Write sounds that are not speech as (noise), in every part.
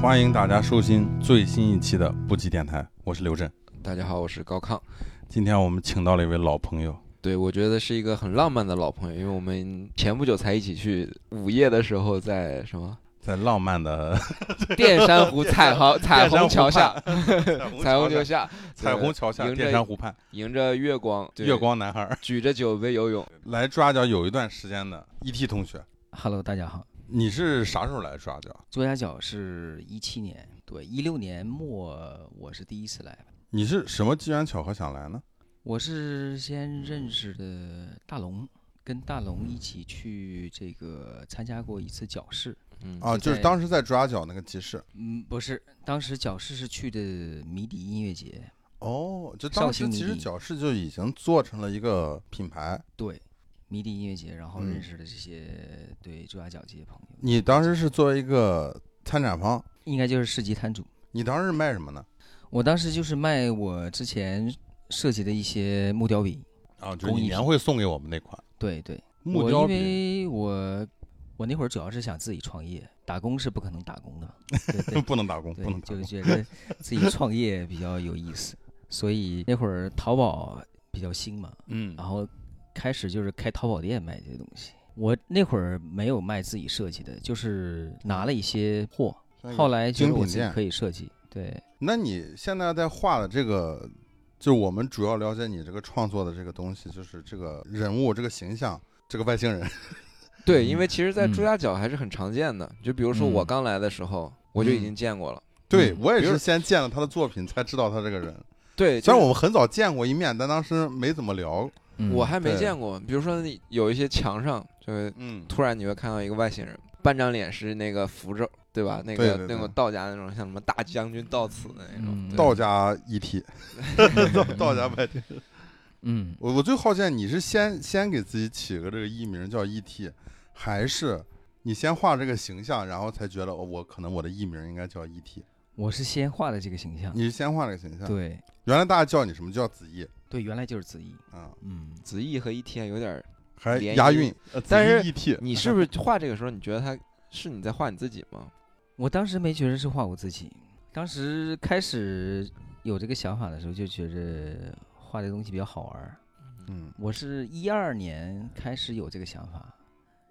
欢迎大家收听最新一期的不羁电台，我是刘震。大家好，我是高亢。今天我们请到了一位老朋友，对我觉得是一个很浪漫的老朋友，因为我们前不久才一起去午夜的时候，在什么在浪漫 (laughs) 的淀山湖彩虹彩虹桥下，彩桥虹桥下下， (laughs) 彩虹桥下迎着淀山湖畔，迎着月光，对月光男孩举着酒杯游泳。来抓脚有一段时间的 ET 同学， Hello，大家好，你是啥时候来抓脚？左夹脚是一七年，对，一六年末我是第一次来吧，你是什么机缘巧合想来呢？我是先认识的大龙，跟大龙一起去这个参加过一次脚试，嗯啊，是就是在当时在抓脚那个集市。嗯，不是，当时脚试是去的迷笛音乐节，哦，就绍当时兴其迷实笛脚市就已经做成了一个品牌。对，迷笛音乐节，然后嗯认识的这些、对左夹脚这些朋友，你当时是作为一个参展方，应该就是市集摊主，你当时卖什么呢？我当时就是卖我之前设计的一些木雕笔，啊，就是工你艺年品会送给我们那款对对。木我雕因笔，为我我那会儿主要是想自己创业，打工是不可能打 (laughs) 工的嘛，对对不能打工，不能对，打就工是。觉得自己创业比较有意思，所以那会儿淘宝比较兴嘛，嗯然后开始就是开淘宝店卖这些东西。我那会儿没有卖自己设计的，就是拿了一些货，后来觉精得我品自己店可以设计，对，那你现在在画的这个，就是我们主要了解你这个创作的这个东西，就是这个人物、这个形象、这个外星人。 (laughs) 对，因为其实，在嗯朱家角还是很常见的。就比如说我嗯刚来的时候，我就已经见过了。对、嗯我也比是如先见了他的作品才知道他这个人。对，虽就是然我们很早见过一面，但当时没怎么聊。嗯我还没对见过，比如说你有一些墙上，就是嗯，突然你会看到一个外星人，半张脸是那个符咒，对吧？那个对对对那种道家那种，像什么大将军到此的那种嗯。对道家 (laughs) ET，道道家外星人。嗯，我我最好奇的你是先先给自己起个这个艺名叫 ET，还是你先画这个形象，然后才觉得哦我可能我的艺名应该叫 E ET？我是先画的这个形象，你是先画这个形象？啊对原来大家叫你什么叫子毅对，原来就是子怡，啊，嗯，子毅和 ET 还有点儿，还联押谊韵，呃但子是毅 ET，你是不是画这个时候，你觉得他是你在画你自己吗？我当时没觉得是画我自己，当时开始有这个想法的时候，就觉着画这东西比较好玩儿。 (laughs) 嗯我是一二年开始有这个想法，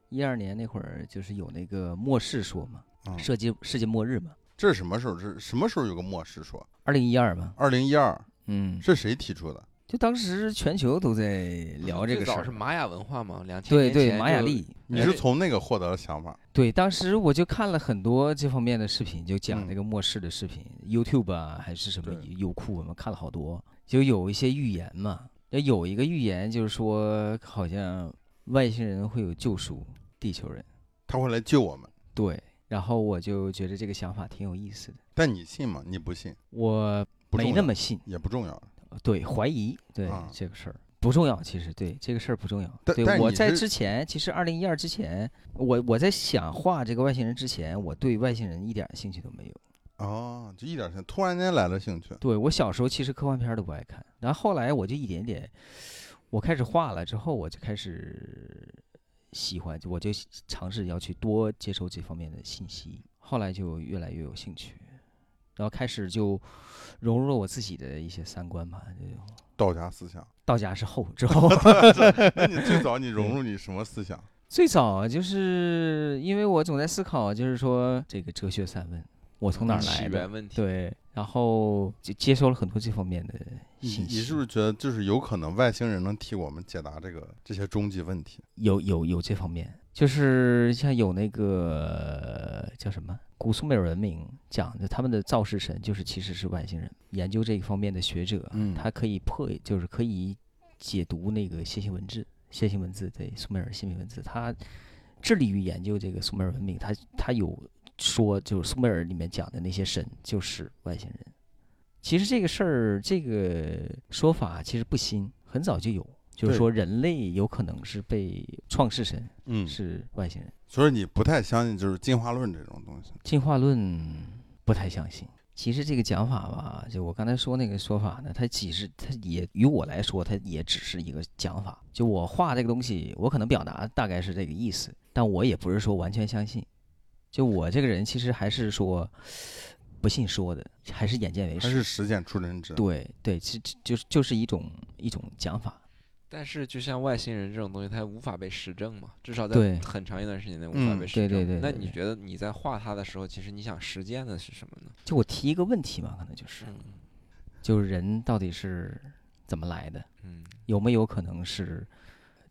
一二年那会儿就是有那个末世说嘛，啊，世界世界末日嘛，这是什么时候？这是什么时候有个末世说？二零一二嘛，二零一二嗯，是谁提出的？就当时全球都在 (laughs) 聊这最个事早儿是，玛雅文化嘛，两千对年对，前玛雅就历，你哎是从那个获得了想法？对，当时我就看了很多这方面的视频，就讲这个末世的视频、y o u t u b e 啊，还是什么嗯对优酷，我们看了好多，就有一些预言嘛。那有一个预言就是说，好像外星人会有救赎地球人。他会来救我们，对，然后我就觉得这个想法挺有意思的，但你信吗？你不信，我不重没要那么信，也不重要。对，怀疑，对、啊这个事儿。不重要，其实对这个事儿不重要。但对但，我你在是之前，其实二零一二之前，我我在想画这个外星人之前，我对外星人一点兴趣都没有。哦，就一点兴，突然间来了兴趣。对我小时候其实科幻片儿都不爱看，然后后来我就一点点，我开始画了之后，我就开始喜欢，我就尝试要去多接收这方面的信息，后来就越来越有兴趣，然后开始就融入了我自己的一些三观吧。就道家思想，道家是后 (laughs) 之后，那你最早你融入你什么思想？最早就是因为我总在思考，就是说这个哲学三问，我从哪儿起来的？源问题？对，然后就接收了很多这方面的你信息。你是不是觉得就是有可能外星人能替我们解答这个这些终极问题？有有有这方面，就是像有那个叫什么古苏美尔文明讲的，他们的造世神就是其实是外星人。研究这一方面的学者，嗯他可以破，就是可以解读那个楔形文字，楔形文字对苏美尔楔形文字，他致力于研究这个苏美尔文明，他他有说就是苏美尔里面讲的那些神就是外星人。其实这个事儿，这个说法其实不新，很早就有，就是对说人类有可能是被创世神嗯，是外星人，所以你不太相信就是进化论这种东西。进化论不太相信。其实这个讲法吧，就我刚才说那个说法呢，它其实它也于我来说，它也只是一个讲法。就我画这个东西，我可能表达大概是这个意思，但我也不是说完全相信。就我这个人其实还是说不信说的，还是眼见为还实。是实践出真知。对对，其实就是就是一种一种讲法。但是就像外星人这种东西，它无法被实证嘛，至少在对很长一段时间内无法嗯被实对证。对对那对你对觉得你在画它的时候，其实你想实践的是什么呢？就我提一个问题嘛，可能就是嗯就是人到底是怎么来的？嗯有没有可能是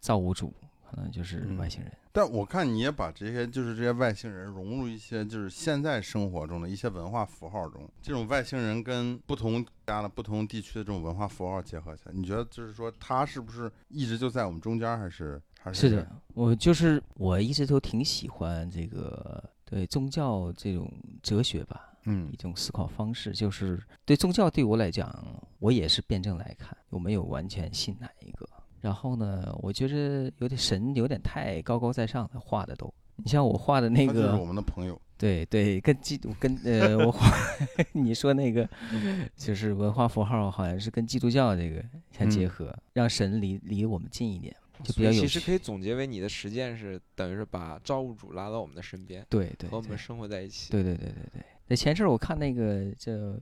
造物主？可能就是嗯外星人。但我看你也把这些就是这些外星人融入一些就是现在生活中的一些文化符号中，这种外星人跟不同家的不同地区的这种文化符号结合起来，你觉得就是说他是不是一直就在我们中间，还是还是是的，，我就是我一直都挺喜欢这个对宗教这种哲学吧，嗯一种思考方式，就是对宗教对我来讲，我也是辩证来看，我没有完全信哪一个。然后呢，我觉着有点神有点太高高在上了，画的都。你像我画的那他就是个我，们的朋友，对对，跟基督跟呃，我画 (laughs) 你说那个嗯就是文化符号，好像是跟基督教这个相结嗯合，让神离离我们近一点，就比所较以有其实趣。可以总结为你的实践是等于是把造物主拉到我们的身边，对对和我们对生活在一起。对对对对对。那前阵儿我看那个叫《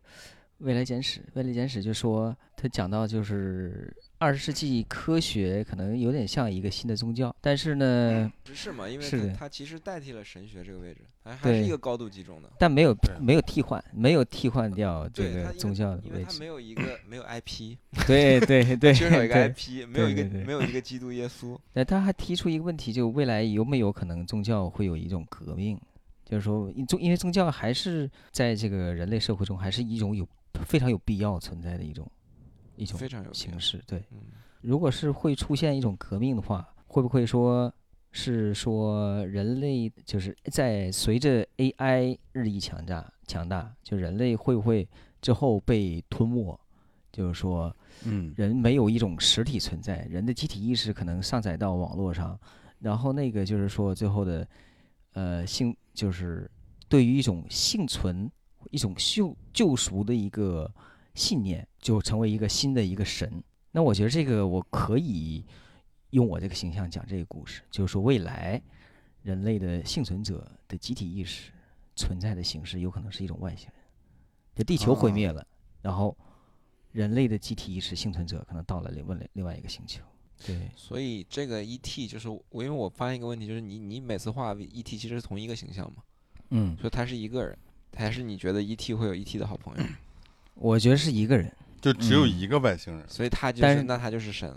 未来简史》，《未来简史》就说他讲到就是二十世纪科学可能有点像一个新的宗教，但是呢，是是嘛？因为是它的它其实代替了神学这个位置，还还是对一个高度集中的。但没有对没有替换，没有替换掉这对，它因个为宗教的因为位它置没。有一个 (clears throat) 没有 IP，对对 (laughs) 对缺少一个对。 IP，没有一个对对对没有一个基督耶稣。那他还提出一个问题，就未来有没有可能宗教会有一种革命？就是说，因宗因为宗教还是在这个人类社会中，还是一种有非常有必要存在的一种一种非常有必要形式。对，嗯，如果是会出现一种革命的话，会不会说是说人类就是在随着 AI 日益强大强大，就人类会不会之后被吞没？就是说，嗯，人没有一种实体存在，人的集体意识可能上载到网络上，然后那个就是说最后的，呃，幸就是对于一种幸存、一种救救赎的一个信念，就成为一个新的一个神。那我觉得这个我可以用我这个形象讲这个故事，就是说未来人类的幸存者的集体意识存在的形式，有可能是一种外星人，就地球毁啊灭了，然后人类的集体意识幸存者可能到了另外另外一个星球。对，所以这个 ET 就是我，因为我发现一个问题，就是你你每次画 ET 其实是同一个形象嘛，嗯，所以他是一个人，还是你觉得 ET 会有 ET 的好朋 (clears throat) 友，我觉得是一个人，就只有嗯一个外星人，所以他就但是是那他就是神，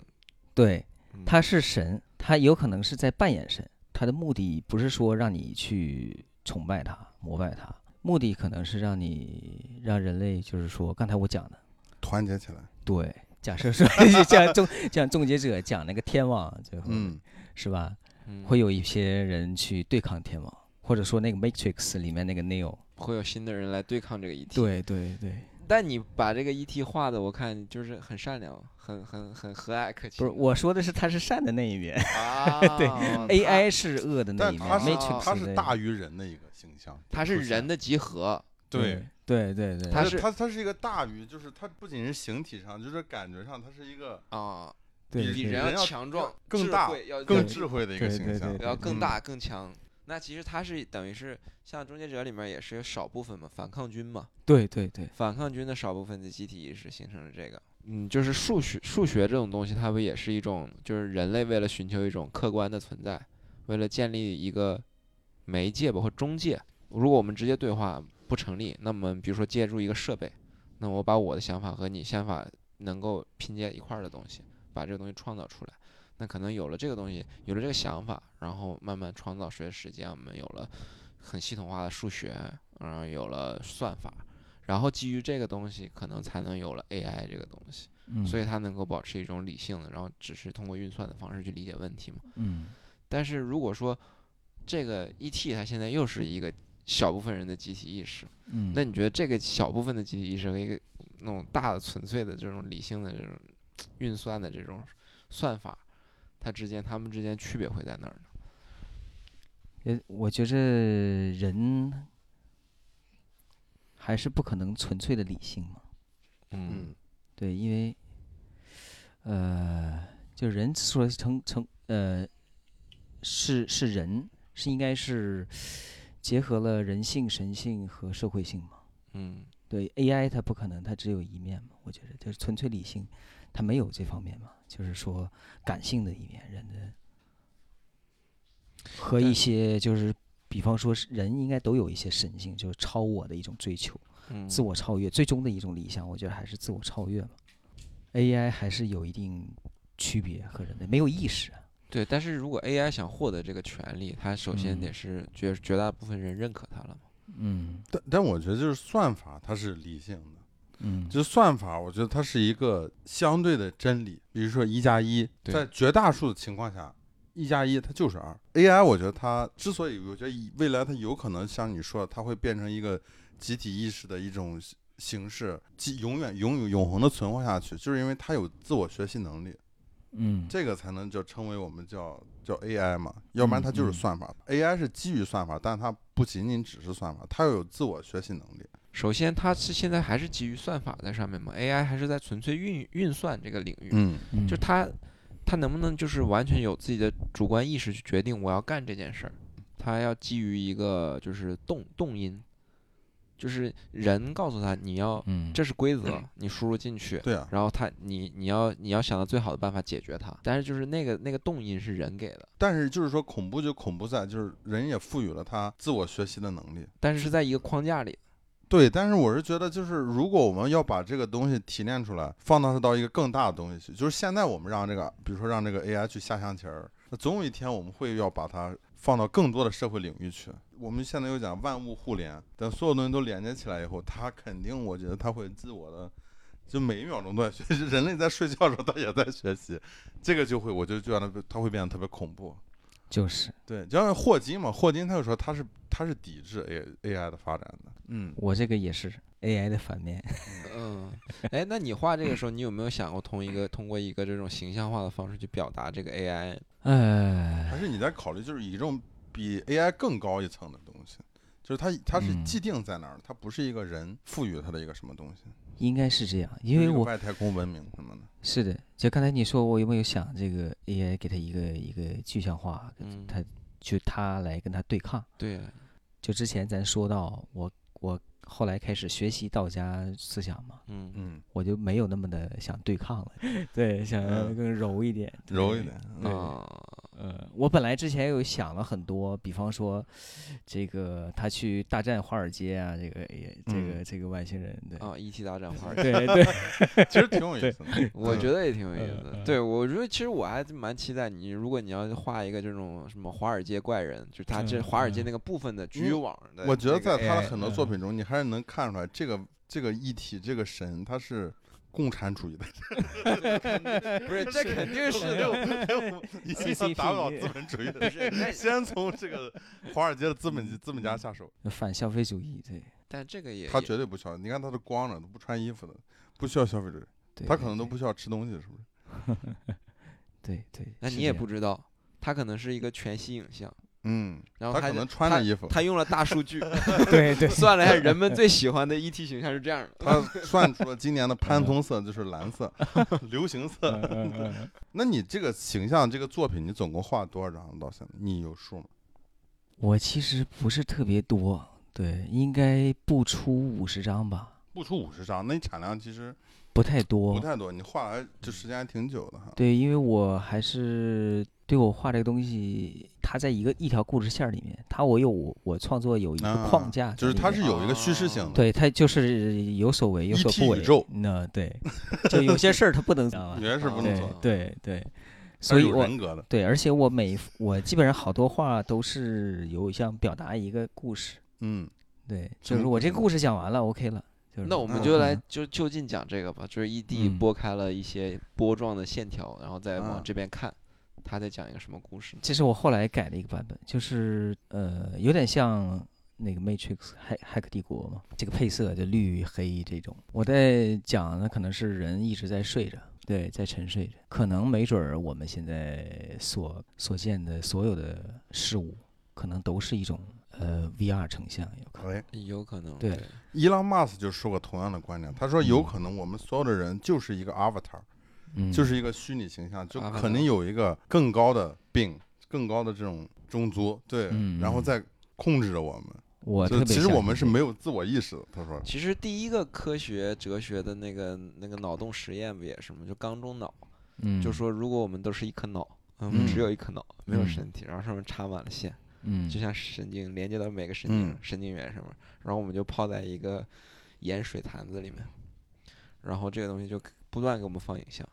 对，嗯他是神，他有可能是在扮演神，他的目的不是说让你去崇拜他、膜拜他，目的可能是让你让人类，就是说刚才我讲的，团结起来，对，假设说像终像终结者讲那个天网，最后、嗯，是吧？嗯会有一些人去对抗天网，或者说那个 Matrix 里面那个 Neo，会有新的人来对抗这个 ET。，对对对，但你把这个 ET 画的，我看就是很善良，很很很和蔼可亲。不是我说的是他是善的那一面、啊， (laughs) 对他 a i 是恶的那但一面他是哦，Matrix 他是的大于人的一个形象，他是人的，的集合，对，对对对，他就是他他是一个大于，就是他不仅是形体上，就是感觉上，他是一个啊，对比比对人要人要强壮，更智大慧要更要智慧的一个呃对形对象对。要更嗯大更强。那其实他是等于是像《终结者》里面也是有少部分嘛，反抗军嘛，对对对，反抗军的少部分的集体意识形成了这个。嗯，就是数学数学这种东西，它不也是一种，就是人类为了寻求一种客观的存在，为了建立一个媒介吧或中介。如果我们直接对话不成立，那么比如说借助一个设备，那我把我的想法和你想法能够拼接一块儿的东西，把这个东西创造出来。那可能有了这个东西，有了这个想法，然后慢慢创造随着时间，我们有了很系统化的数学，然后有了算法，然后基于这个东西，可能才能有了 AI 这个东西，嗯，所以以它能够保持一种理性的，然后只是通过运算的方式去理解问题嘛。嗯但是如果说这个 ET 它现在又是一个小部分人的集体意识，嗯，那你觉得这个小部分的集体意识和一个那种大的纯粹的这种理性的这种运算的这种算法，它之间它们之间区别会在哪儿呢？呃，我觉着人还是不可能纯粹的理性嘛。嗯，对，因为呃，就人说成成呃，是是人，是应该是结合了人性、神性和社会性嘛。嗯对 AI 它不可能，它只有一面嘛，我觉得就是纯粹理性，它没有这方面嘛，就是说感性的一面，人的和一但些就是。比方说，是人应该都有一些神性，就是超我的一种追求，嗯，自我超越，最终的一种理想，我觉得还是自我超越嘛。AI 还是有一定区别和人类，没有意识啊，对，但是如果 AI 想获得这个权利，它首先得嗯是绝绝大部分人认可它了嘛。嗯但但我觉得就是算法它是理性的，嗯就是算法，我觉得它是一个相对的真理。比如说一加一，对在绝大数的情况下，一加一它就是二。AI 我觉得它之所以，我觉得以未来它有可能像你说的，它会变成一个集体意识的一种形形式，即永远永永永恒的存活下去，就是因为它有自我学习能力，嗯这个才能叫称为我们叫叫 AI 嘛，要不然它就是嗯嗯算法。AI 是基于算法，但它不仅仅只是算法，它要有自我学习能力。首先，它是现在还是基于算法在上面嘛，AI 还是在纯粹运运算这个领域，嗯嗯，就它它能不能就是完全有自己的主观意识去决定我要干这件事儿，它要基于一个就是动动因，就是人告诉他你要嗯这是规则，你输入进去，对啊，然后他你你要你要想到最好的办法解决它，但是就是那个那个动因是人给的，但是就是说恐怖就恐怖在，就是人也赋予了他自我学习的能力。但是是在一个框架里，对，但是我是觉得，就是如果我们要把这个东西提炼出来，放到它到一个更大的东西去，就是现在我们让这个，比如说让这个 AI 去下象棋儿，那总有一天我们会要把它放到更多的社会领域去。我们现在又讲万物互联，等所有东西都连接起来以后，它肯定，我觉得它会自我的，就每一秒钟都在学习。人类在睡觉的时候，它也在学习，这个就会，我就觉得它会变得特别恐怖。就是对，就像霍金嘛，霍金他就说他是他是抵制 A AI 的发展的。嗯我这个也 (laughs) 是 AI 的反面，嗯，哎，那你画这个时候，你有没有想过通一个通过一个这种形象化的方式去表达这个 AI？哎，还是你在考虑，就是以这种比 AI 更高一层的东西，就是它它是嗯既定在那儿的，它不是一个人赋予它的一个什么东西，应该是这样，就因是为一个我外太空文明什么的。是的，就刚才你说我有没有想这个 AI 给它一个一个具象化，嗯，它就它来跟它对抗。对啊，就之前咱说到我我后来开始学习道家思想嘛，嗯，嗯，我就没有那么的想对抗了， (laughs) 对，想要嗯更柔一点，柔一对点。对啊，呃，我本来之前有想了很多，比方说，这个他去大战华尔街啊，这个也这嗯个这个外星人，对、啊！E.T. 大战 (laughs) 花儿，。对对，其实挺有意思的我觉得得也挺有意思嗯的。嗯对我觉得其实我还蛮期待你，如果你要画一个这种什么华尔街怪人，就是他这嗯华尔街嗯那个部分的局因为域网的，我觉得在他的 AI 很多作品中，你还是能看出来这个这个一体这个神他是。共产主义的，(laughs) 不是这肯定是的，一定定要要打打倒倒资资本主义不的，是那先从这个华尔街的资本资本家下手。 (laughs) 反消费主义，对但这个也他也绝对不需要，你看他都光着，都不穿衣服的，不需要消费者，对，他可能都对不需要吃东西，是不是？对对，那是你也这不样知道，他可能是一个全息影像，嗯，然后他可就能穿他着衣服他用了大数据 (laughs) 对对，算了一下人们最喜欢的 ET 形象是这样的。他算出了今年的潘通色就是蓝色， (laughs) 流行色。嗯嗯嗯嗯那你这个形象这个作品，你总共画了多少张到现在？你有数吗？我其实不是特别多，对，应该不出五十张吧，不出五十张，那你产量其实不太多，不太多，你画来这时间还挺久的哈。对，因为我还是对我画这个东西，它在一个一条故事线儿里面，它我有我我创作有一个啊框架在里面、就是它是有一个叙事性啊的，对，它就是有所为有所 ET 不宇为。宙，那对，就有些事儿它不能 (laughs) 讲原来是不能对做的，对对，它所是以有我人格的。对，而且我每我基本上好多画都是有想表达一个故事，嗯，对，什就是么我故这事故事讲完了，OK 了，就是那我们嗯就来嗯就就近讲这个吧，就是异地嗯拨开了一些波状的线条，然后再往啊这边看，他在讲一个什么故事呢？这是我后来改的一个版本，就是呃，有点像那个 Matrix 骇骇客帝国嘛，这个配色就绿黑这种。我在讲的可能是人一直在睡着，对，在沉睡着，可能没准儿我们现在所所见的所有的事物，可能都是一种呃 VR 成像，有可能。哎，有可能对伊朗马斯就说过同样的观点，他说有嗯可能我们所有的人就是一个 avatar，嗯，就是一个虚拟形象，就 Avatar 可能有一个更高的病，更高的这种种族，对，嗯然后嗯再控制着我们。我就特别其实相我信们是这没个有自我意识的。他说，其实第一个科学哲学的那个那个脑洞实验不也是吗？就缸中脑，嗯，就说如果我们都是一颗脑，我们嗯只有一颗脑，没有嗯身体，然后上面插满了线，嗯，就像神经连接到每个神经、嗯神经元上面，然后我们就泡在一个盐水坛子里面，然后这个东西就不断给我们放影像，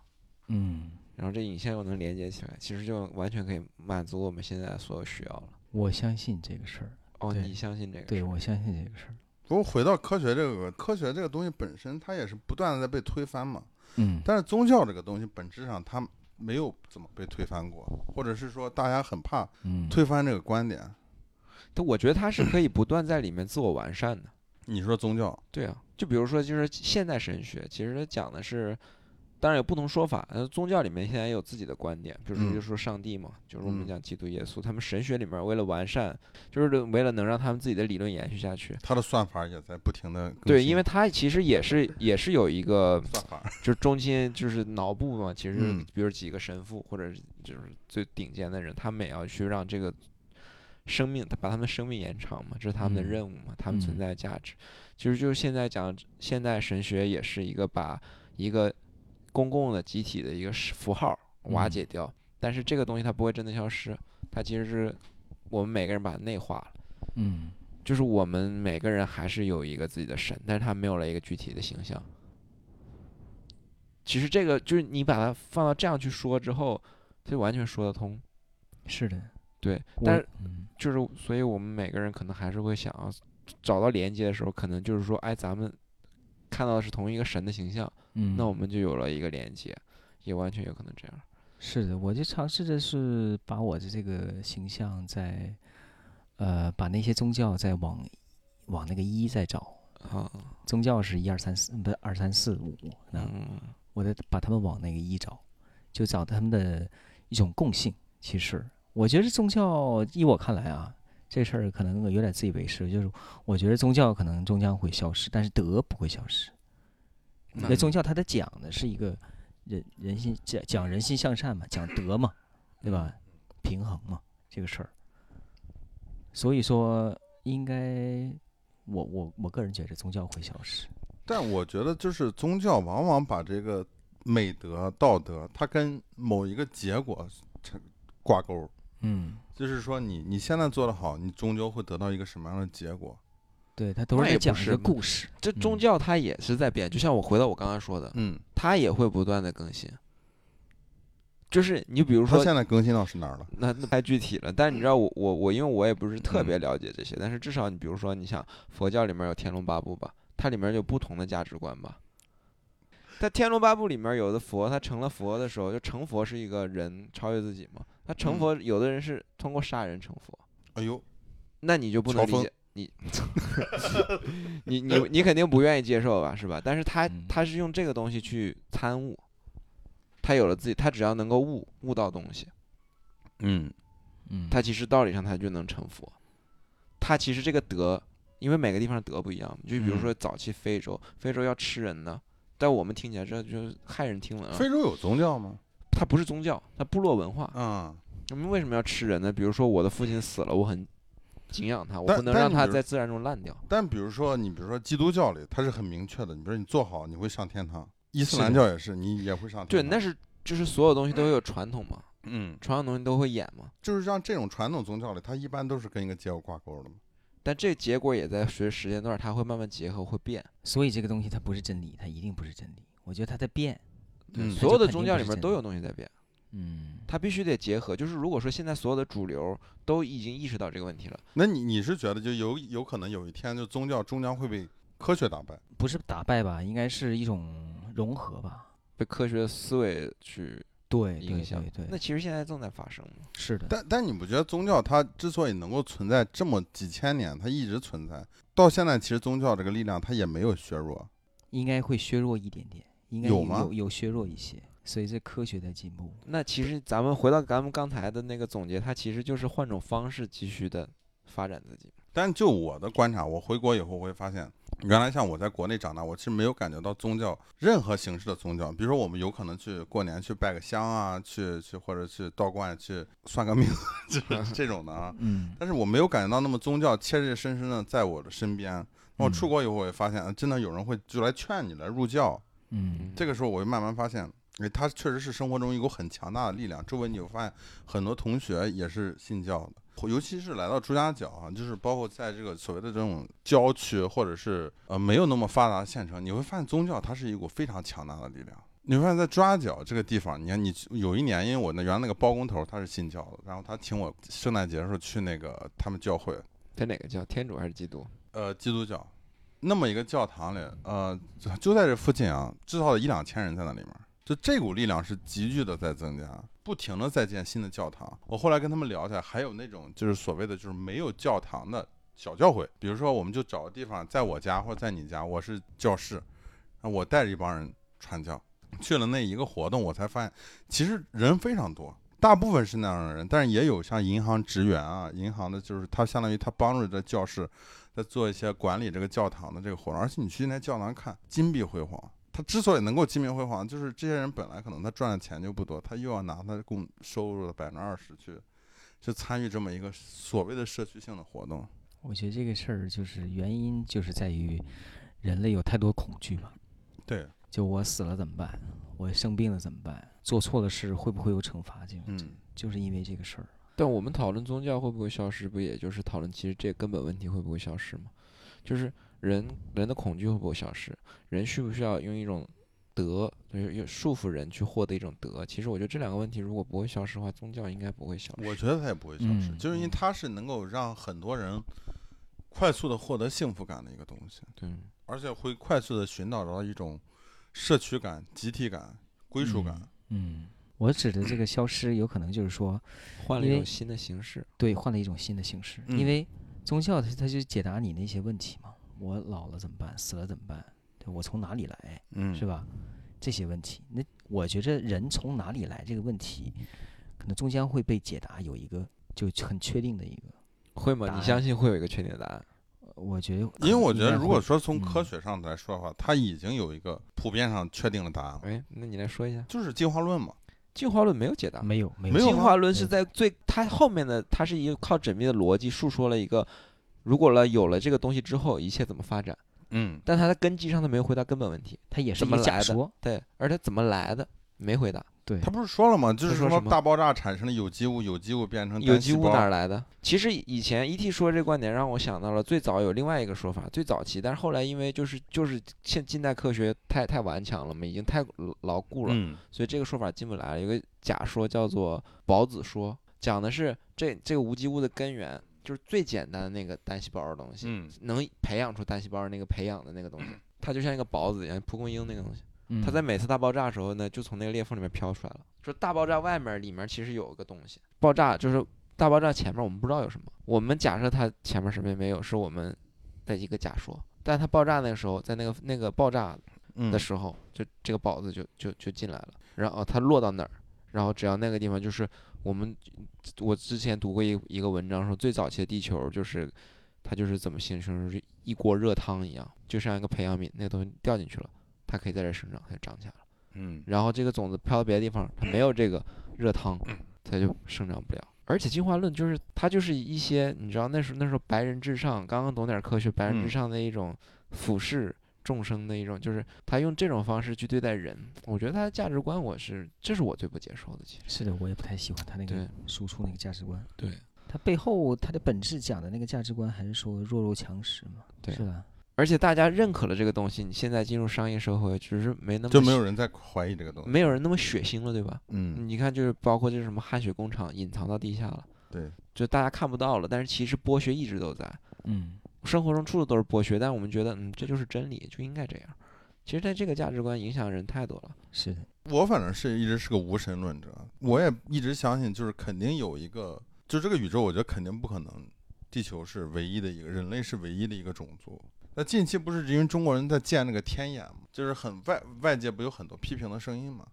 嗯，然后这影像又能连接起来，其实就完全可以满足我们现在所有需要了。我相信这个事儿，哦，对你相信这个？对，我相信这个事儿，不过回到科学这个，科学这个东西本身，它也是不断的在被推翻嘛。嗯，但是宗教这个东西本质上它没有怎么被推翻过，或者是说大家很怕嗯，推翻这个观点。但我觉得它是可以不断在里面自我完善的。你说宗教，对啊，就比如说，就是现代神学，其实它讲的是，当然有不同说法。呃，宗教里面现在也有自己的观点，比如说嗯就说上帝嘛，就是我们嗯讲基督耶稣，他们神学里面为了完善，就是为了能让他们自己的理论延续下去。它的算法也在不停的对，因为它其实也是也是有一个，算法，就是中心就是脑部嘛，其实就是嗯比如几个神父或者是就是最顶尖的人，他们也要去让这个生命，把他们的生命延长嘛，这是他们的嗯任务嘛，他们存嗯在的价值。其实就是现在讲现代神学也是一个把一个公共的集体的一个是符号瓦嗯解掉，但是这个东西它不会真的消失，它其实是我们每个人把它内化了。嗯就是我们每个人还是有一个自己的神，但是他没有了一个具体的形象。其实这个就是你把它放到这样去说之后，它就完全说得通。是的，对，我但是嗯就是所以我们每个人可能还是会想要找到连接的时候，可能就是说，哎，咱们看到的是同一个神的形象，嗯，那我们就有了一个连接，也完全有可能这样。是的，我就尝试着是把我的这个形象在，呃，把那些宗教在往往那个一再找，啊，宗教是一二三四，不是二三四五，那嗯，我在把他们往那个一找，就找他们的一种共性。其实我觉得宗教，依我看来啊，这事儿可能有点自以为是，就是我觉得宗教可能终将会消失，但是德不会消失。因嗯为宗教它的讲的是一个人人心讲讲人心向善嘛，讲德嘛，对吧？平衡嘛，这个事儿。所以说，应该我我我个人觉得宗教会消失。但我觉得就是宗教往往把这个美德、道德，它跟某一个结果成挂钩儿。嗯，就是说你，你现在做得好，你终究会得到一个什么样的结果？对他都那是在也不讲一是个嘛故事。这宗嗯教它也是在变，就像我回到我刚刚说的，嗯，它也会不断的更新。就是你比如它说，现在更新到是哪儿了？那那太具体了，但是你知道我我我，因为我也不是特嗯别了解这些，但是至少你比如说，你想佛教里面有《天龙八部》吧，它里面有不同的价值观吧。在《天龙八部》里面，有的佛他成了佛的时候，就成佛是一个人超越自己嘛。他成嗯佛，有的人是通过杀人成佛，哎呦，那你就不乔能理峰解你，你你你肯定不愿意接受吧，是吧？但是他嗯他是用这个东西去参悟，他有了自己，他只要能够悟悟到东西，嗯，嗯，他其实道理上他就能成佛。他其实这个德，因为每个地方的德不一样，就比如嗯说早期非洲，非洲要吃人呢，但我们听起来这就是骇人听闻啊非。洲有宗教吗？它不是宗教，它部落文化。啊，我们为什么要吃人呢？比如说我的父亲死了，我很敬仰他，我但不能但让你他比如在自然中烂掉。但比如说，你比如说基督教里，它是很明确的，你比如说你做好，你会上天堂；伊斯是兰的教也是，你也会上对，天堂。那是就是所有东西都会有传统嘛，嗯，传统东西都会演嘛。就是像这种传统宗教里，它一般都是跟一个结果挂钩的嘛。但这结果也在随着时间段，它会慢慢结合，会变。所以这个东西它不是真理，它一定不是真理。我觉得它在变。嗯它所就有的肯宗教定不里是面真都理有东西在变，嗯，它必须得结合。就是如果说现在所有的主流都已经意识到这个问题了，那你你是觉得就有有可能有一天就宗教终将会被科学打败？不是打败吧，应该是一种融合吧。被科学思维去对对影响对。对那，其实现在正在发生嘛。是的。但但你不觉得宗教它之所以能够存在这么几千年，它一直存在到现在，其实宗教这个力量它也没有削弱。应该会削弱一点点，应该有有吗有有削弱一些，随着科学的进步，那其实咱们回到咱们刚才的那个总结，它其实就是换种方式继续的发展自己。但就我的观察，我回国以后会发现，原来像我在国内长大，我其实没有感觉到宗教任何形式的宗教，比如说我们有可能去过年去拜个香啊，去去或者去道观去算个命， (laughs) 就是这种的啊。嗯但是我没有感觉到那么宗教切切身身的在我的身边。那我出国以后，我也发现，呃真的有人会就来劝你来入教。嗯这个时候，我就慢慢发现，哎，它确实是生活中一股很强大的力量。周围你会发现，很多同学也是信教的，尤其是来到朱家角啊，就是包括在这个所谓的这种郊区，或者是呃没有那么发达的县城，你会发现宗教它是一股非常强大的力量。你会发现在朱家角这个地方，你看你去有一年，因为我那原来那个包工头他是信教的，然后他请我圣诞节的时候去那个他们教会，在哪个教？天主还是基督？呃，基督教那么一个教堂里，呃，就就在这附近啊，至少有一两千人在那里面。就这股力量是急剧的在增加，不停的在建新的教堂。我后来跟他们聊一下，还有那种就是所谓的就是没有教堂的小教会，比如说我们就找个地方，在我家或者在你家，我是教室，啊我带着一帮人传教。去了那一个活动，我才发现其实人非常多，大部分是那样的人，但是也有像银行职员啊，银行的就是他相当于他帮助这教室在做一些管理这个教堂的这个活动，而且你去那教堂看，金碧辉煌。他之所以能够金碧辉煌，就是这些人本来可能他赚的钱就不多，他又要拿他工收入的百分之二十去，去参与这么一个所谓的社区性的活动。我觉得这个事儿就是原因就是在于人类有太多恐惧嘛，对，就我死了怎么办？我生病了怎么办？做错了事会不会有惩罚？这种、嗯，就是因为这个事儿。但我们讨论宗教会不会消失，不也就是讨论其实这个根本问题会不会消失吗？就是人人的恐惧会不会消失？人需不需要用一种德，就是用束缚人去获得一种德？其实我觉得这两个问题如果不会消失的话，宗教应该不会消失。我觉得他也不会消失，嗯就是因为嗯他是能够让很多人快速的获得幸福感的一个东西，对，而且会快速的寻找到一种社区感、集体感、归属感。嗯，我指的这个消失，有可能就是说，换了一因种为新的形式。对，换了一种新的形式。嗯因为宗教它它就解答你那些问题嘛，我老了怎么办？死了怎么办？对我从哪里来？嗯是吧？这些问题，那我觉着人从哪里来这个问题，可能终将会被解答，有一个就很确定的一个。会吗？答你案相信会有一个确定的答案？呃我觉得可能应该会，因为我觉得，如果说从科嗯学上来说的话，它已经有一个普遍上确定的答案了，哎，那你来说一下。就是进化论嘛。进化论没有解答，没有没没有进吗化论是有在最它后面的，它是一个靠缜密的逻辑述说了一个，如果了有了这个东西之后，一切怎么发展。嗯，但它的根基上，它没有回答根本问题。它也是怎一么个假来的说，对，而它怎么来的没回答。对他，不是说了吗？就是他说说什么大爆炸产生了有机物，有机物变成有单机细物胞哪儿来的？其实以前 ET 说这观点让我想到了最早有另外一个说法，最早期，但是后来因为就是就是现近代科学太太顽强了嘛，已经太牢固了，嗯所以这个说法进不来了。有个假说叫做保子说，讲的是这这个无机物的根源就是最简单的那个单细胞的东西，嗯能培养出单细胞的那个培养的那个 (clears throat) 东西，它就像一个孢子一样，蒲公英那个东西。它在嗯每次大爆炸的时候呢，就从那个裂缝里面飘出来了。就是大爆炸外面儿里面其实有个东西，爆炸就是大爆炸前面我们不知道有什么，我们假设它前面什么也没有，是我们的一个假说。但它爆炸那个时候，在那个那个爆炸的嗯，时候，就这个宝子就就就进来了，然后它落到哪儿，然后只要那个地方就是我们我之前读过一一个文章说，最早期的地球就是它就是怎么形成，就是一锅热汤一样，就像一个培养皿，那个东西掉进去了，它可以在这儿生长，它就长起来了。嗯，然后这个种子飘到别的地方，它没有这个热汤，嗯它就生长不了。而且进化论就是它就是一些你知道那时候那时候白人至上，刚刚懂点儿科学，白嗯人至上的一种俯视众生的一种，就是他用这种方式去对待人。我觉得他的价值观我是这是我最不接受的，其实是的，我也不太喜欢他嗯那对个输出那个价值观。对，它背后它的本质讲的那个价值观还是说弱肉强食嘛，对是吧？而且大家认可了这个东西，你现在进入商业社会，只是没那么就没有血人在怀疑这个东西。没有人那么血腥了，对吧？嗯，你看，就是包括这什么汗血工厂隐藏到地下了，对，就大家看不到了，但是其实剥削一直都在。嗯，生活中处处都是剥削，但我们觉得，嗯，这就是真理，就应该这样。其实，在这个价值观影响人太多了。是的，我反正是一直是个无神论者，我也一直相信，就是肯定有一个，就这个宇宙，我觉得肯定不可能，地球是唯一的一个，人类是唯一的一个种族。那近期不是因为中国人在建那个天眼嘛，就是很外外界不有很多批评的声音嘛，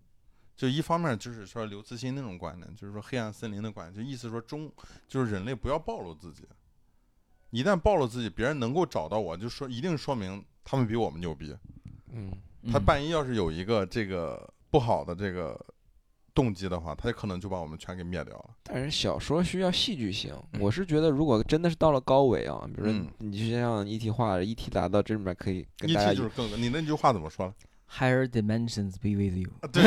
就一方面就是说刘慈欣那种观点，就是说黑暗森林的观点，就意思说中就是人类不要暴露自己，一旦暴露自己，别人能够找到我，就说一定说明他们比我们牛逼。嗯，他嗯万一要是有一个这个不好的这个动机的话，他可能就把我们全给灭掉了。但是小说需要戏剧性，嗯我是觉得如果真的是到了高维啊，比如说嗯你就像 E.T. 画的，E.T. 达到这里面可以跟一大家提一就是更，你那句话怎么说了？ higher dimensions be with you。啊对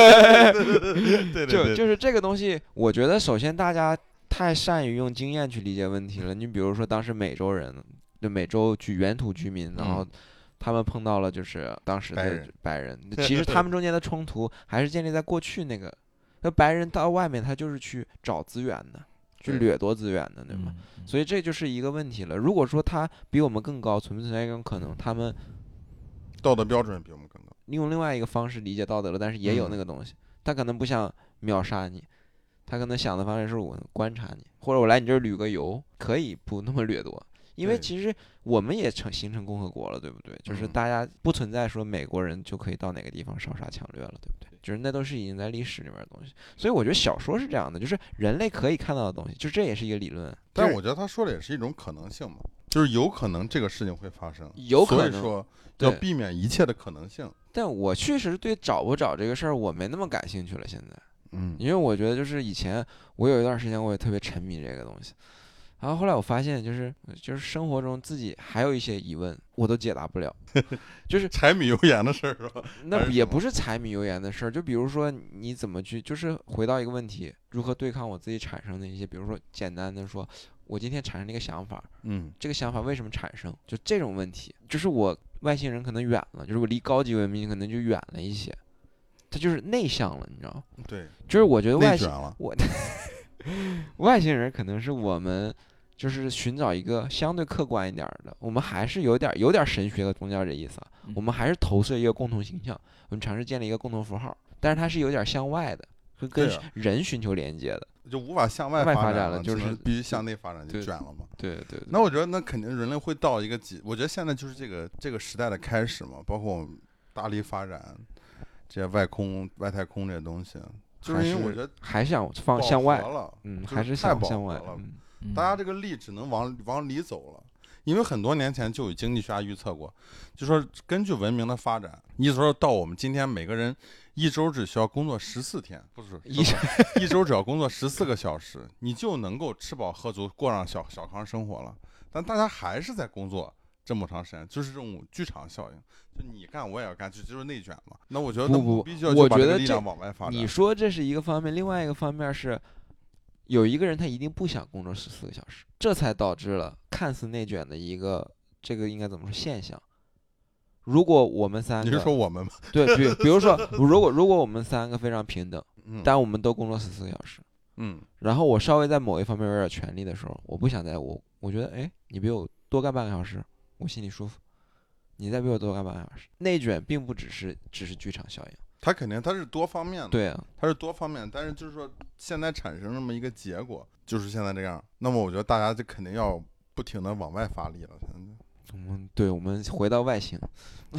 对对对对对就对，就是这个东西，我觉得首先大家太善于用经验去理解问题了。你比如说当时美洲人，就美洲居原土居民，然后嗯他们碰到了就是当时白的人白人，其实他们中间的冲突还是建立在过去那个，那白人到外面他就是去找资源的，去对掠夺资源的，对吗？嗯，所以这就是一个问题了。如果说他比我们更高，存不存在一种可能，他们道德标准比我们更高。用另外一个方式理解道德了，但是也嗯有那个东西，他可能不想秒杀你，他可能想的方式是我观察你，或者我来你这儿旅个游，可以不那么掠夺。因为对其实我们也成形成共和国了，对不对？就是嗯大家不存在说美国人就可以到哪个地方烧杀抢掠了，对不对？就是那都是已经在历史里面的东西。所以我觉得小说是这样的，就是人类可以看到的东西，就这也是一个理论。但就是我觉得他说的也是一种可能性嘛，就是有可能这个事情会发生，有可所能以说要对避免一切的可能性。但我确实对找不找这个事儿我没那么感兴趣了。现在，嗯因为我觉得就是以前我有一段时间我也特别沉迷这个东西，然后后来我发现就是就是生活中自己还有一些疑问我都解答不了，就是柴米油盐的事儿是吧？还那是也什么不是柴米油盐的事儿。就比如说你怎么去，就是回到一个问题，如何对抗我自己产生的一些，比如说简单的说，我今天产生了一个想法，嗯，这个想法为什么产生？就这种问题，就是我外星人可能远了，就是我离高级文明可能就远了一些，他就是内向了，你知道吗？对，就是我觉得外内星卷了。我 (laughs) 外星人可能是我们就是寻找一个相对客观一点儿的，我们还是有点儿有点儿神学和宗教这意思啊，嗯嗯我们还是投射一个共同形象，我们尝试建立一个共同符号，但是它是有点儿向外的，和跟对啊人寻求连接的。就无法向外外发发展了了，就只是能必须向内发展，就对卷了嘛。对对对，那我觉得，那肯定人类会到一个极，我觉得现在就是这个这个时代的开始嘛，包括我们大力发展这些外空、外太空这些东西，就还因为我是觉得还想饱放向外和，了，嗯，就是还是太想饱向和外，了嗯嗯大家这个力只能往往里走了。因为很多年前就有经济学家预测过，就说根据文明的发展，一直到我们今天，每个人一周只需要工作十四天，不是一 (laughs) 一周只要工作十四个小时，你就能够吃饱喝足，过上小小康生活了。但大家还是在工作这么长时间，就是这种剧场效应，就你干我也要干，就就是内卷嘛。那我觉得不那不必须要我去把觉这个得力这量往外发展你。说这是一个方面，另外一个方面是，有一个人他一定不想工作十四个小时，这才导致了看似内卷的一个这个应该怎么说现象。如果我们三你是说个我们吗？对，比比如 (laughs) 说，如果如果我们三个非常平等，嗯但我们都工作十四个小时，嗯然后我稍微在某一方面有点权利的时候，我不想在我我觉得哎，你比我多干半个小时，我心里舒服，你再比我多干半个小时，内卷并不只是只是剧场效应，他肯定他是多方面的，对啊，它是多方面，但是就是说现在产生这么一个结果，就是现在这样。那么我觉得大家就肯定要不停的往外发力了。现在我们对，我们回到外形， (laughs)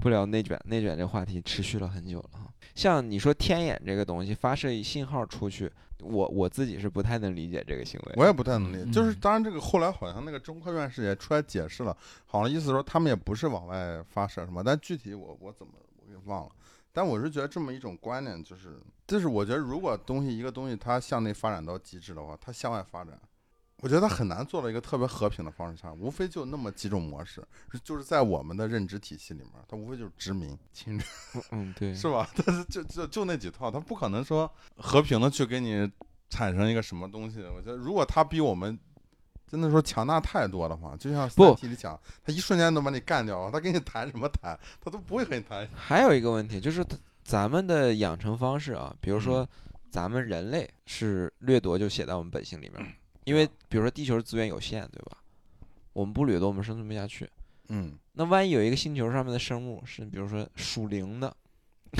不聊内卷，内卷这话题持续了很久了哈。像你说天眼这个东西发射一信号出去，我我自己是不太能理解这个行为。我也不太能理解，嗯就是当然这个后来好像那个中科院士也出来解释了，好像意思说他们也不是往外发射什么，但具体我我怎么我给忘了。但我是觉得这么一种观念，就是就是我觉得如果东西一个东西它向内发展到极致的话，它向外发展。我觉得它很难做到一个特别和平的方式下，无非就那么几种模式，就是在我们的认知体系里面，它无非就是殖民、侵略。嗯，对，是吧？ (laughs) 但是就就就那几套，他不可能说和平的去给你产生一个什么东西。我觉得，如果他比我们真的说强大太多的话，就像《不三体》里讲，他一瞬间能把你干掉，他跟你谈什么谈，他都不会和你谈。还有一个问题就是它咱们的养成方式啊，比如嗯说咱们人类是掠夺就写在我们本性里面儿，因为比如说地球资源有限，对吧？我们不掠夺，我们生存不下去。嗯，那万一有一个星球上面的生物是，比如说属灵的， (laughs)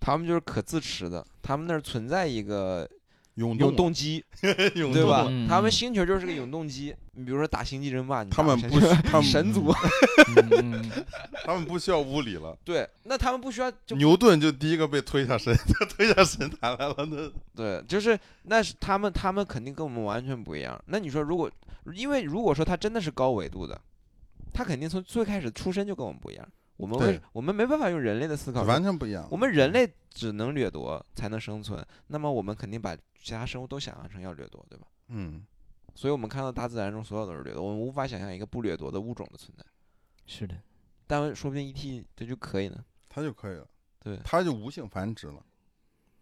他们就是可自持的，他们那儿存在一个永永动，动机， (laughs) 永对吧动？嗯他们嗯星球就是个永动机。你比如说打星际争霸，你他打们神不需，他们 (laughs) 神族，嗯嗯嗯他们不需要物理了。对，那他们不需要就牛顿就第一个被推下神， (laughs) 他推下神坛来了。那对，就是那是他们，他们肯定跟我们完全不一样。那你说，如果因为如果说它真的是高维度的，他肯定从最开始出身就跟我们不一样，我们对为我们没办法用人类的思考说完全不一样。我们人类只能掠夺才能生存，那么我们肯定把其他生物都想象成要掠夺，对吧？嗯，所以我们看到大自然中所有都是掠夺，我们无法想象一个不掠夺的物种的存在。是的，但说不定 ET 这就可以呢。它就可以了，对它就无性繁殖了，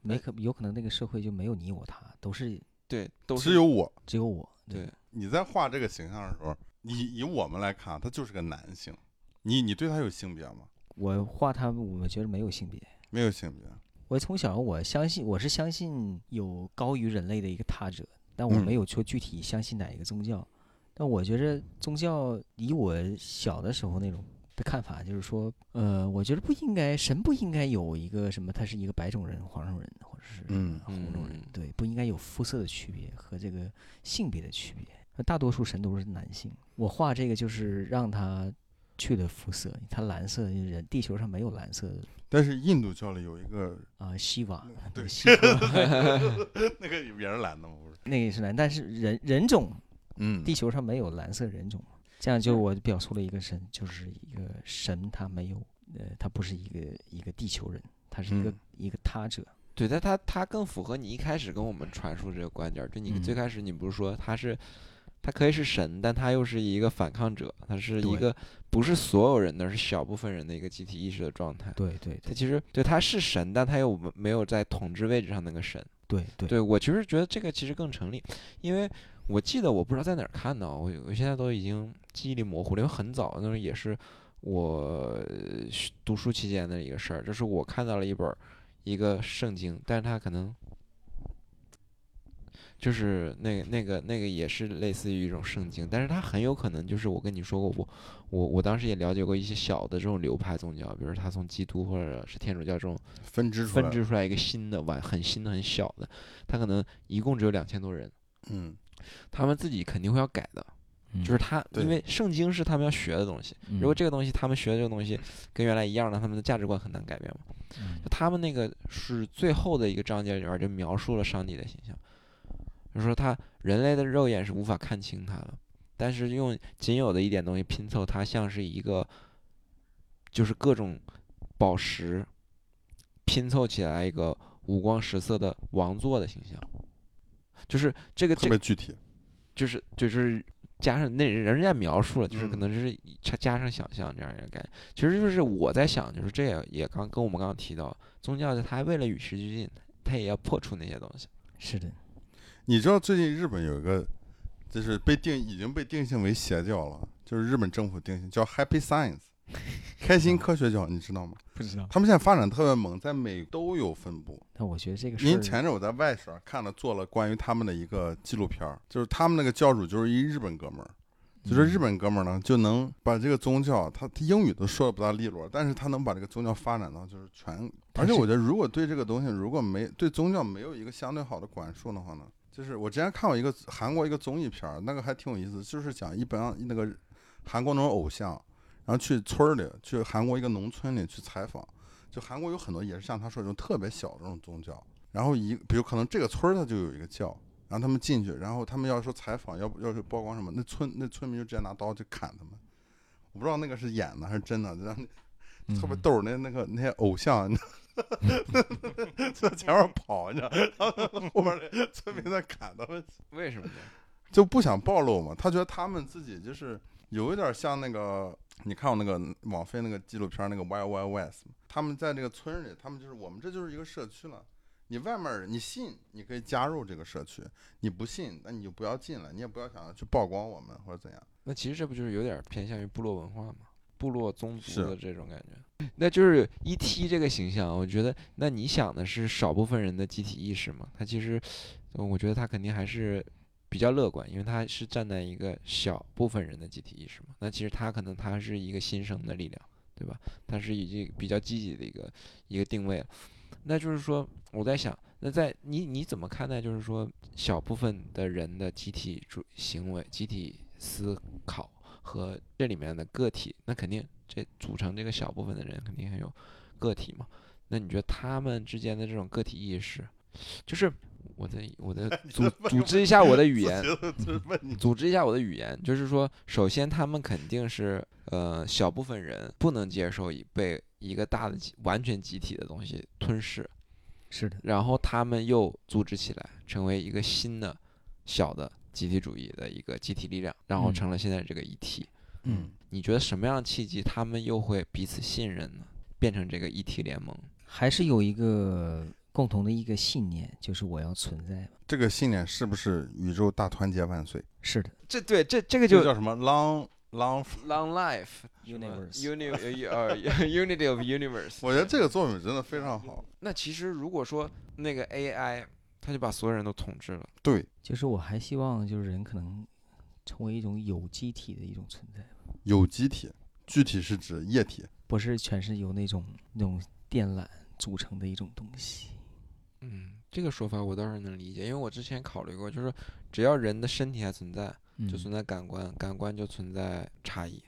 没哎可有可能那个社会就没有你我他，都是对，都只是有我。只有我。对，你在画这个形象的时候，以以我们来看，啊他就是个男性。你你对他有性别吗？我画他，我觉得没有性别。没有性别。我从小我相信，我是相信有高于人类的一个他者，但我嗯没有说具体相信哪一个宗教。但我觉着宗教以我小的时候那种的看法，就是说，呃，我觉得不应该，神不应该有一个什么，他是一个白种人、黄种人，或者是嗯啊红种人，嗯对，不应该有肤色的区别和这个性别的区别。那大多数神都是男性，我画这个就是让他去了肤色，他蓝色人，地球上没有蓝色的但是印度教里有一个 (laughs) 啊，西瓦，对西瓦那个也是男的吗？不是，那个也是蓝，但是人人种，嗯地球上没有蓝色人种，这样就我表述了一个神，就是一个神，他没有，呃，他不是一个一个地球人，他是一个、嗯一个他者，对，但它它更符合你一开始跟我们传输这个观点儿。就你最嗯开始你不是说它是，它可以是神，但它又是一个反抗者，它是一对个不是所有人的，是小部分人的一个集体意识的状态。对对它对其实对它是神，但它又没没有在统治位置上那个神。对对对我其实觉得这个其实更成立，因为我记得我不知道在哪儿看到，我我现在都已经记忆力模糊了，因为很早那时候也是我呃学读书期间的一个事儿，就是我看到了一本儿一个圣经，但是它可能就是那个那个那个也是类似于一种圣经，但是它很有可能就是我跟你说过，我我我当时也了解过一些小的这种流派宗教，比如他从基督或者是天主教这种分支出来嗯分了，支出来一个新的完很新的很小的，它可能一共只有两千多人，嗯，他们自己肯定会要改的，嗯就是他对嗯因为圣经是他们要学的东西，如果这个东西他们学的这个东西跟原来一样的，他们的价值观很难改变嘛。嗯就他们那个是最后的一个章节里边儿就描述了上帝的形象，就是说他人类的肉眼是无法看清他的，但是用仅有的一点东西拼凑它，像是一个就是各种宝石拼凑起来一个五光十色的王座的形象，就是这个特这别具体。就是就是加上那人家描述了，就是可嗯能就是以加加上想象这样一个概念。其实就是我在想，就是这也也刚跟我们刚刚提到，宗教的它为了与时俱进，它也要破除那些东西。是的，你知道最近日本有一个，就是被定已经被定性为邪教了，就是日本政府定性叫 Happy (laughs) Science，开心科学教，你知道吗？不知道。他们现在发展特别猛，在美都有分布。但我觉得这个事因为儿，前阵我在外省看了做了关于他们的一个纪录片儿，就是他们那个教主就是一日本哥们儿，嗯就是日本哥们儿呢就能把这个宗教，他他英语都说的不大利落，但是他能把这个宗教发展到就是全，他而且是我觉得如果对这个东西如果没对宗教没有一个相对好的管束的话呢，就是我之前看过一个韩国一个综艺片儿，那个还挺有意思，就是讲一帮那个韩国那种偶像，然后去村儿里，去韩国一个农村里去采访，就韩国有很多也是像他说的这种特别小的这种宗教，然后一比如可能这个村儿它就有一个教，然后他们进去，然后他们要说采访，要不要是曝光什么，那村那村民就直接拿刀去砍他们，我不知道那个是演的还是真的，让嗯特别逗儿那那个那些偶像，你 (laughs) 知道在前面跑，你知道，然后他们 (laughs) 后边那村民在砍他们，为什么呢？就不想暴露嘛。他觉得他们自己就是有一点像那个，你看过那个网飞那个纪录片那个 Y Y West，吗他们在这个村里，他们就是我们这就是一个社区了。你外面儿你信，你可以加入这个社区；你不信，那你就不要进来，你也不要想要去曝光我们或者怎样。那其实这不就是有点儿偏向于部落文化嘛，部落宗族是的这种感觉。那就是 E.T. 这个形象，我觉得，那你想的是少部分人的集体意识嘛？他其实，呃我觉得他肯定还是比较乐观，因为他是站在一个小部分人的集体意识嘛。那其实他可能他是一个新生的力量，对吧？他是已经比较积极的一个一个定位了。那就是说，我在想，那在你你怎么看待，就是说小部分的人的集体主行为、集体思考和这里面的个体，那肯定这组成这个小部分的人肯定还有个体嘛。那你觉得他们之间的这种个体意识，就是我再我再组组织一下我的语言，嗯嗯就是 (laughs) 问你组织一下我的语言，就是说，首先他们肯定是呃小部分人不能接受一被一个大的集完全集体的东西吞噬，是的，然后他们又组织起来，成为一个新的小的集体主义的一个集体力量，然后嗯成了现在这个一体。嗯，你觉得什么样的契机他们又会彼此信任呢？变成这个一体联盟？还是有一个共同的一个信念，就是我要存在嘛。这个信念是不是宇宙大团结万岁？是的这对这这个这就叫什么？Long (laughs) long。 long life 什么，universe， uni 呃 (laughs) unity of universe。我觉得这个作品真的非常好。那其实如果说那个 AI，它就把所有人都统治了。对，就是我还希望就是人可能成为一种有机体的一种存在，有机体，具体是指液体。不是全是由那种那种电缆组成的一种东西。嗯，这个说法我倒是能理解，因为我之前考虑过，就是说只要人的身体还存在，嗯嗯就存在感官，感官就存在差异，因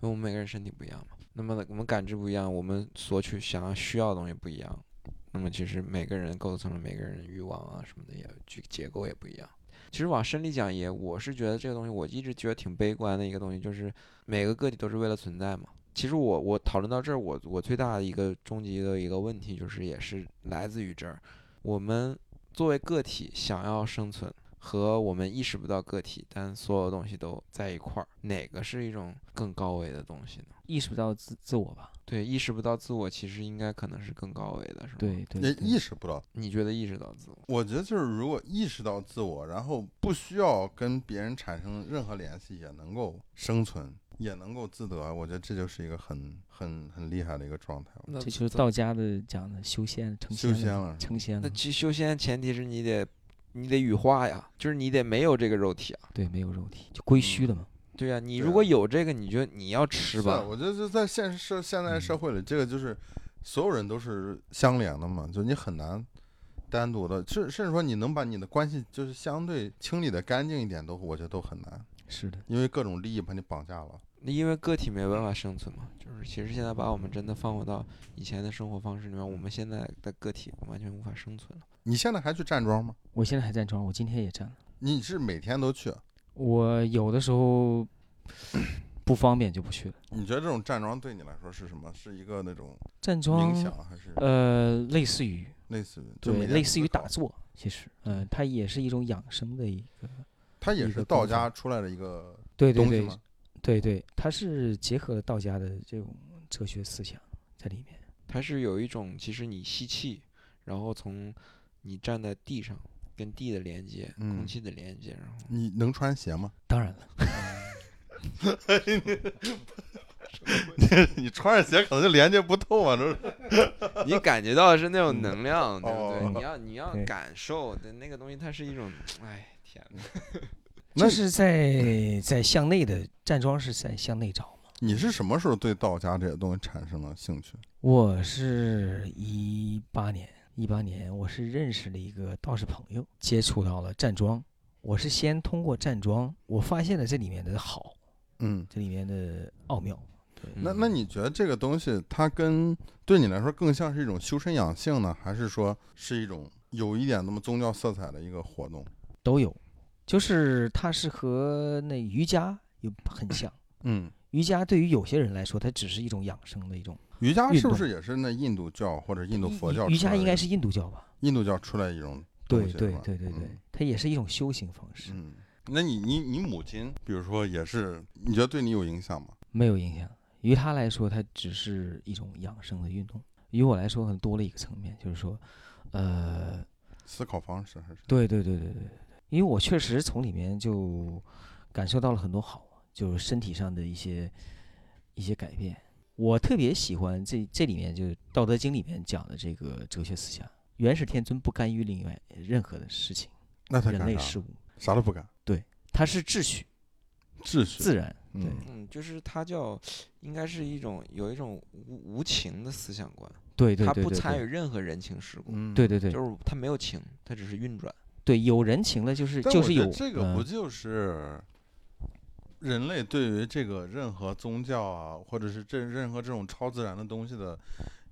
为我们每个人身体不一样嘛。那么我们感知不一样，我们索取想要需要的东西不一样，那么其实每个人构成了每个人欲望啊什么的也结结构也不一样。其实往深里讲也，我是觉得这个东西，我一直觉得挺悲观的一个东西，就是每个个体都是为了存在嘛。其实我我讨论到这儿，我我最大的一个终极的一个问题，就是也是来自于这儿，我们作为个体想要生存，和我们意识不到个体，但所有东西都在一块儿，哪个是一种更高维的东西呢？意识不到自自我吧？对，意识不到自我，其实应该可能是更高维的，是吗？，对对也对意识不到。你觉得意识到自我？我觉得就是如果意识到自我，然后不需要跟别人产生任何联系，也能够生存，也能够自得，我觉得这就是一个很很很厉害的一个状态。那这就是怎道家的讲的修仙成修仙仙了成仙那了，其修仙前提是你得你得羽化呀，就是你得没有这个肉体啊。对，没有肉体就归虚了嘛。对呀、你对如啊果有这个，你就你要 (laughs) 吃是啊吧。我觉得就在现实社现在社会里，这个就是所有人都是相连的嘛，就你很难单独的，甚甚至说你能把你的关系就是相对清理的干净一点都，我觉得都很难，是的，因为各种利益把你绑架了。那因为个体没办法生存嘛，就是其实现在把我们真的放回到以前的生活方式里面，我们现在的个体完全无法生存了。你现在还去站桩吗？我现在还站桩，我今天也站了。你是每天都去？我有的时候不方便就不去了。你觉得这种站桩对你来说是什么？是一个那种站冥桩想，还是呃，类似于类似于就对，每天类似于思考打？坐，其实，嗯、它也是一种养生的一个，它也一是个道功家法出来的一个对对东西对吗？对对，它是结合了道家的这种哲学思想在里面。它是有一种，其实你吸气，然后从你站在地上跟地的连接，嗯空气的连接， (laughs) 然后你能穿鞋吗？当然了，你穿上鞋可能就连接不透啊，这你感觉到的是那种嗯能量，对不对？哦你要你要对感受的那个东西，它是一种，哎，天呐，那这是在在向内的站桩是在向内找嘛？你是什么时候对道家这些东西产生了兴趣？我是一八年，一八年我是认识了一个道士朋友，接触到了站桩。我是先通过站桩，我发现了这里面的好，嗯，这里面的奥妙。嗯那那你觉得这个东西它跟对你来说更像是一种修身养性呢，还是说是一种有一点那么宗教色彩的一个活动？都有，就是它是和那瑜伽有很像。嗯，瑜伽对于有些人来说，它只是一种养生的一种。瑜伽运是不动是也是那印度教或者印度佛瑜教出来的一种？瑜伽应该是印度教吧？印度教出来一种东对西对是吧对对对嗯，它也是一种修行方式，嗯，那你你你母亲，比如说也是，你觉得对你有影响吗？没有影响。于他来说，它只是一种养生的运动。于我来说，可能多了一个层面，就是说，呃，思考方式还是？对对对对对对，因为我确实从里面就感受到了很多好，就是身体上的一些一些改变。我特别喜欢这这里面就是《道德经》里面讲的这个哲学思想，元始天尊不干预另外任何的事情，那他人类干啥？事物，啥都不干，它是秩序、秩序。自然。对嗯，嗯，就是它叫，应该是一种有一种无无情的思想观，对对它对不对参与对，任何人情世故，嗯对对对就是它没有情，它只是运转。对，有人情了就是但就我是觉得有这个嗯不就是人类对于这个任何宗教啊，或者是这任何这种超自然的东西的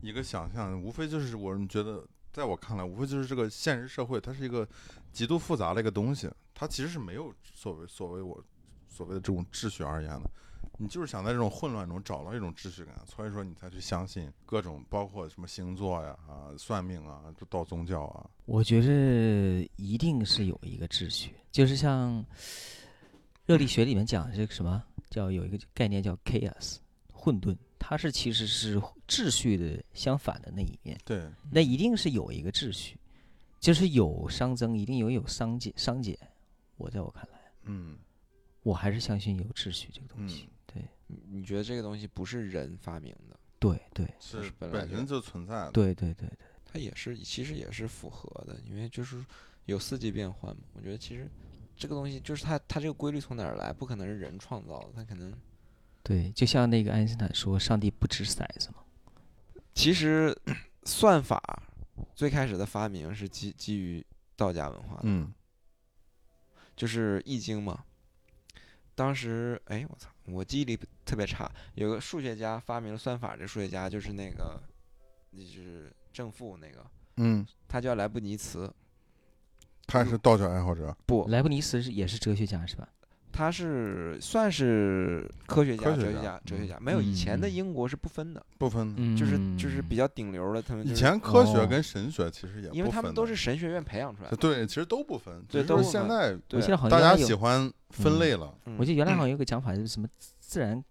一个想象，无非就是我们觉得在我看来，无非就是这个现实社会，它是一个极度复杂的一个东西，它其实是没有所谓所谓我所谓的这种秩序而言的。你就是想在这种混乱中找到一种秩序感，所以说你才去相信各种，包括什么星座呀、啊算命啊，到宗教啊。我觉着一定是有一个秩序，就是像热力学里面讲的这个什么叫有一个概念叫 chaos 混沌，它是其实是秩序的相反的那一面。对，那一定是有一个秩序，就是有熵增，一定有有熵减熵减。我在我看来，嗯我还是相信有秩序这个东嗯，西。你你觉得这个东西不是人发明的，对对是本来本就身就存在的。对对对对，它也是其实也是符合的，因为就是有四季变换嘛。我觉得其实这个东西就是它它这个规律从哪儿来，不可能是人创造的，它可能对，就像那个爱因斯坦说：“上帝不掷骰子嘛。其实 (clears throat) 算法最开始的发明是基基于道家文化的，嗯，就是《易经》嘛。当时，哎，我操，我记忆力特别差。有个数学家发明了算法，这数学家就是那个，就是正负那个，嗯，他叫莱布尼茨，他是道教爱好者，不，莱布尼茨是也是哲学家是吧？他是算是科学家、科学哲学家家、哲学嗯家，没有以前的嗯英国是不分的，不分的。嗯就是就是比较顶流的，他们以就是前科哦学跟神学其实也不分的，因为他们都是神学院培养出来的，对，其实都不分，对只都是不现分在嗯我记对，得好像大原家来有喜欢分嗯类了。嗯我记得原来好像有个讲法，就是什么自然、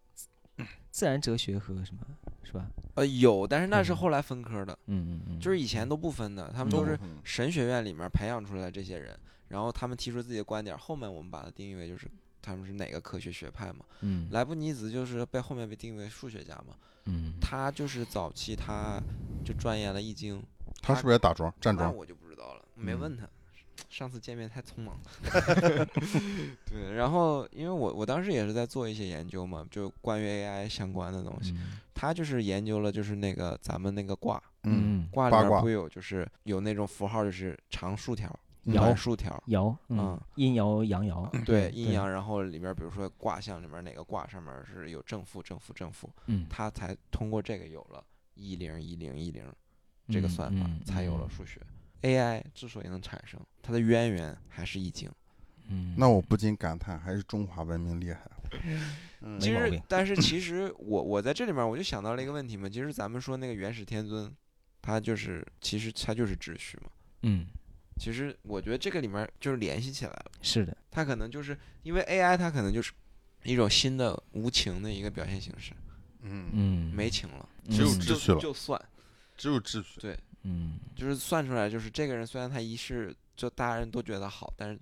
自然哲学和什么，是吧？呃有，但是那是嗯后来分科的，嗯嗯嗯，就是以前都不分的，他们嗯都不是分的神学院里面培养出来的这些人，然后他们提出自己的观点，后面我们把它定义为就是他们是哪个科学学派嘛。嗯莱布尼茨就是被后面被定义为数学家嘛，嗯，他就是早期他就钻研了《易经》，他是不是也打桩站那桩？我就不知道了，没问嗯他。 (sniffs) 上次见面太匆忙，对。然后，因为我我当时也是在做一些研究嘛，就关于 AI 相关的东嗯西。他就是研究了，就是那个咱们那个卦，嗯，嗯卦里八面卦不有就是有那种符号，就是长竖条、嗯摇短竖条，爻，嗯哦嗯，阴爻阳爻，对阴，阳，然后里面比如说卦象里面哪个卦上面是有正负、正负、正负，嗯，他才通过这个有了一零一零一零这嗯个算法，才有了数学。AI 之所以能产生，它的渊源还是易经。嗯，那我不禁感叹，还是中华文明厉害。啊嗯其没毛实病，但是其实我我在这里面我就想到了一个问题嘛，其实咱们说那个元始天尊，他就是其实他就是秩序嘛。嗯，其实我觉得这个里面就是联系起来了，是的，它可能就是因为 AI，它可能就是一种新的无情的一个表现形式，嗯，嗯，没，情了，只有就秩就序了就算只有秩序。对，嗯就是算出来就是这个人虽然他一世就大家人都觉得好，但是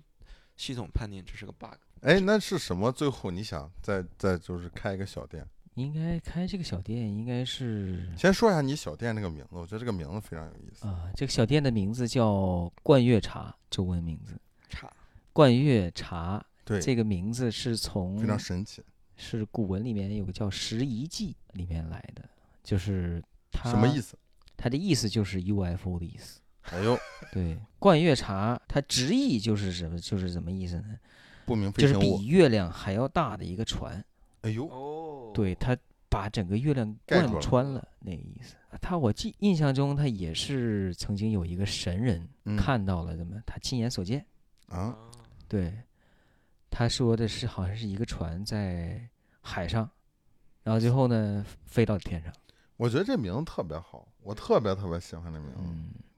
系统判定这是个 bug。哎，那是什么？最后你想再再就是开一个小店？应该开这个小店，应该是先说一下你小店这个名字，我觉得这个名字非常有意思。啊，这个小店的名字叫冠月茶，中文名字差，冠月茶，对，这个名字是从非常神奇。是古文里面有个叫《拾遗记》里面来的，就是它什么意思？思？它的意思就是 UFO 的意思。哎呦，对，冠月茶它直译就是什么？就是什么意思呢？不明飞就是行物比。月亮还要大的一个船。哎呦，哦对，它把整个月亮盖住贯了穿了那个意思。它我记印象中，它也是曾经有一个神人嗯看到了什么，他亲眼所见。嗯啊，对，他说的是好像是一个船在海上，然后最后呢飞到天上。我觉得这名字特别好，我特别特别喜欢这名字。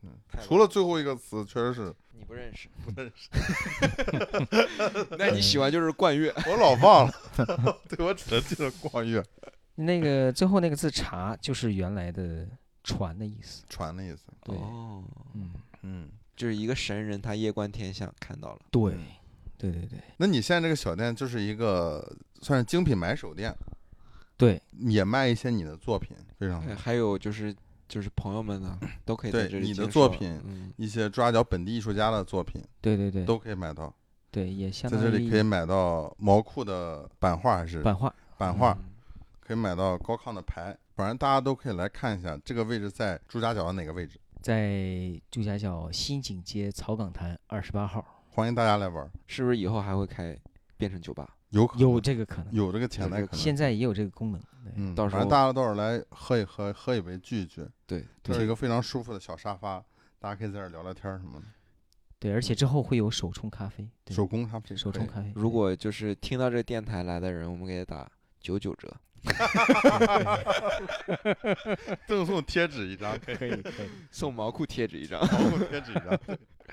嗯，太除棒了最后一个词，确实是你 (laughs) 不认识，不认 (laughs) 识。那你喜欢就是冠乐，我老忘了， (laughs) 对我只能记得逛月那个最后那个字“茶”就是原来的船的意思。船的意思。对，哦，嗯，嗯，就是一个神人，他夜观天象看到了。对，对对对那你现在这个小店就是一个算是精品买手店，对，也卖一些你的作品，非常好哎，。还有就是就是朋友们呢，都可以在啊对这你里的经作受品嗯，一些抓脚本地艺术家的作品对对对，都可以买到，对也相在当这里可以于买到毛裤的版画还是版画。版画，嗯可以买到高亢的牌，反正大家都可以来看一下这个位置在朱家角的哪个位置，在朱家角新景街草港滩二十八号，欢迎大家来玩，是不是以后还会开变成酒吧？呃有可能有这个可能，有这个潜在嗯有这个可能现。在也有这个功能。对嗯，到时反候正大家到时候来喝一喝，喝一杯聚一聚，对，这是一个非常舒服的小沙发，大家可以在这儿聊聊天儿什么的，对，而且之后会有手冲咖啡，对，手工咖啡，手冲可以咖啡。如果就是听到这电台来的人，我们给他打九九折。赠送贴纸一张，可以可以，送毛裤贴纸一张。 (laughs) 赠送贴纸一张。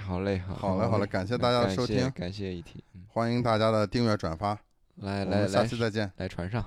好嘞，好，好嘞，好嘞，，感谢大家的收听，感谢一提，嗯，欢迎大家的订阅转发，来我来们下来期再见。来船上。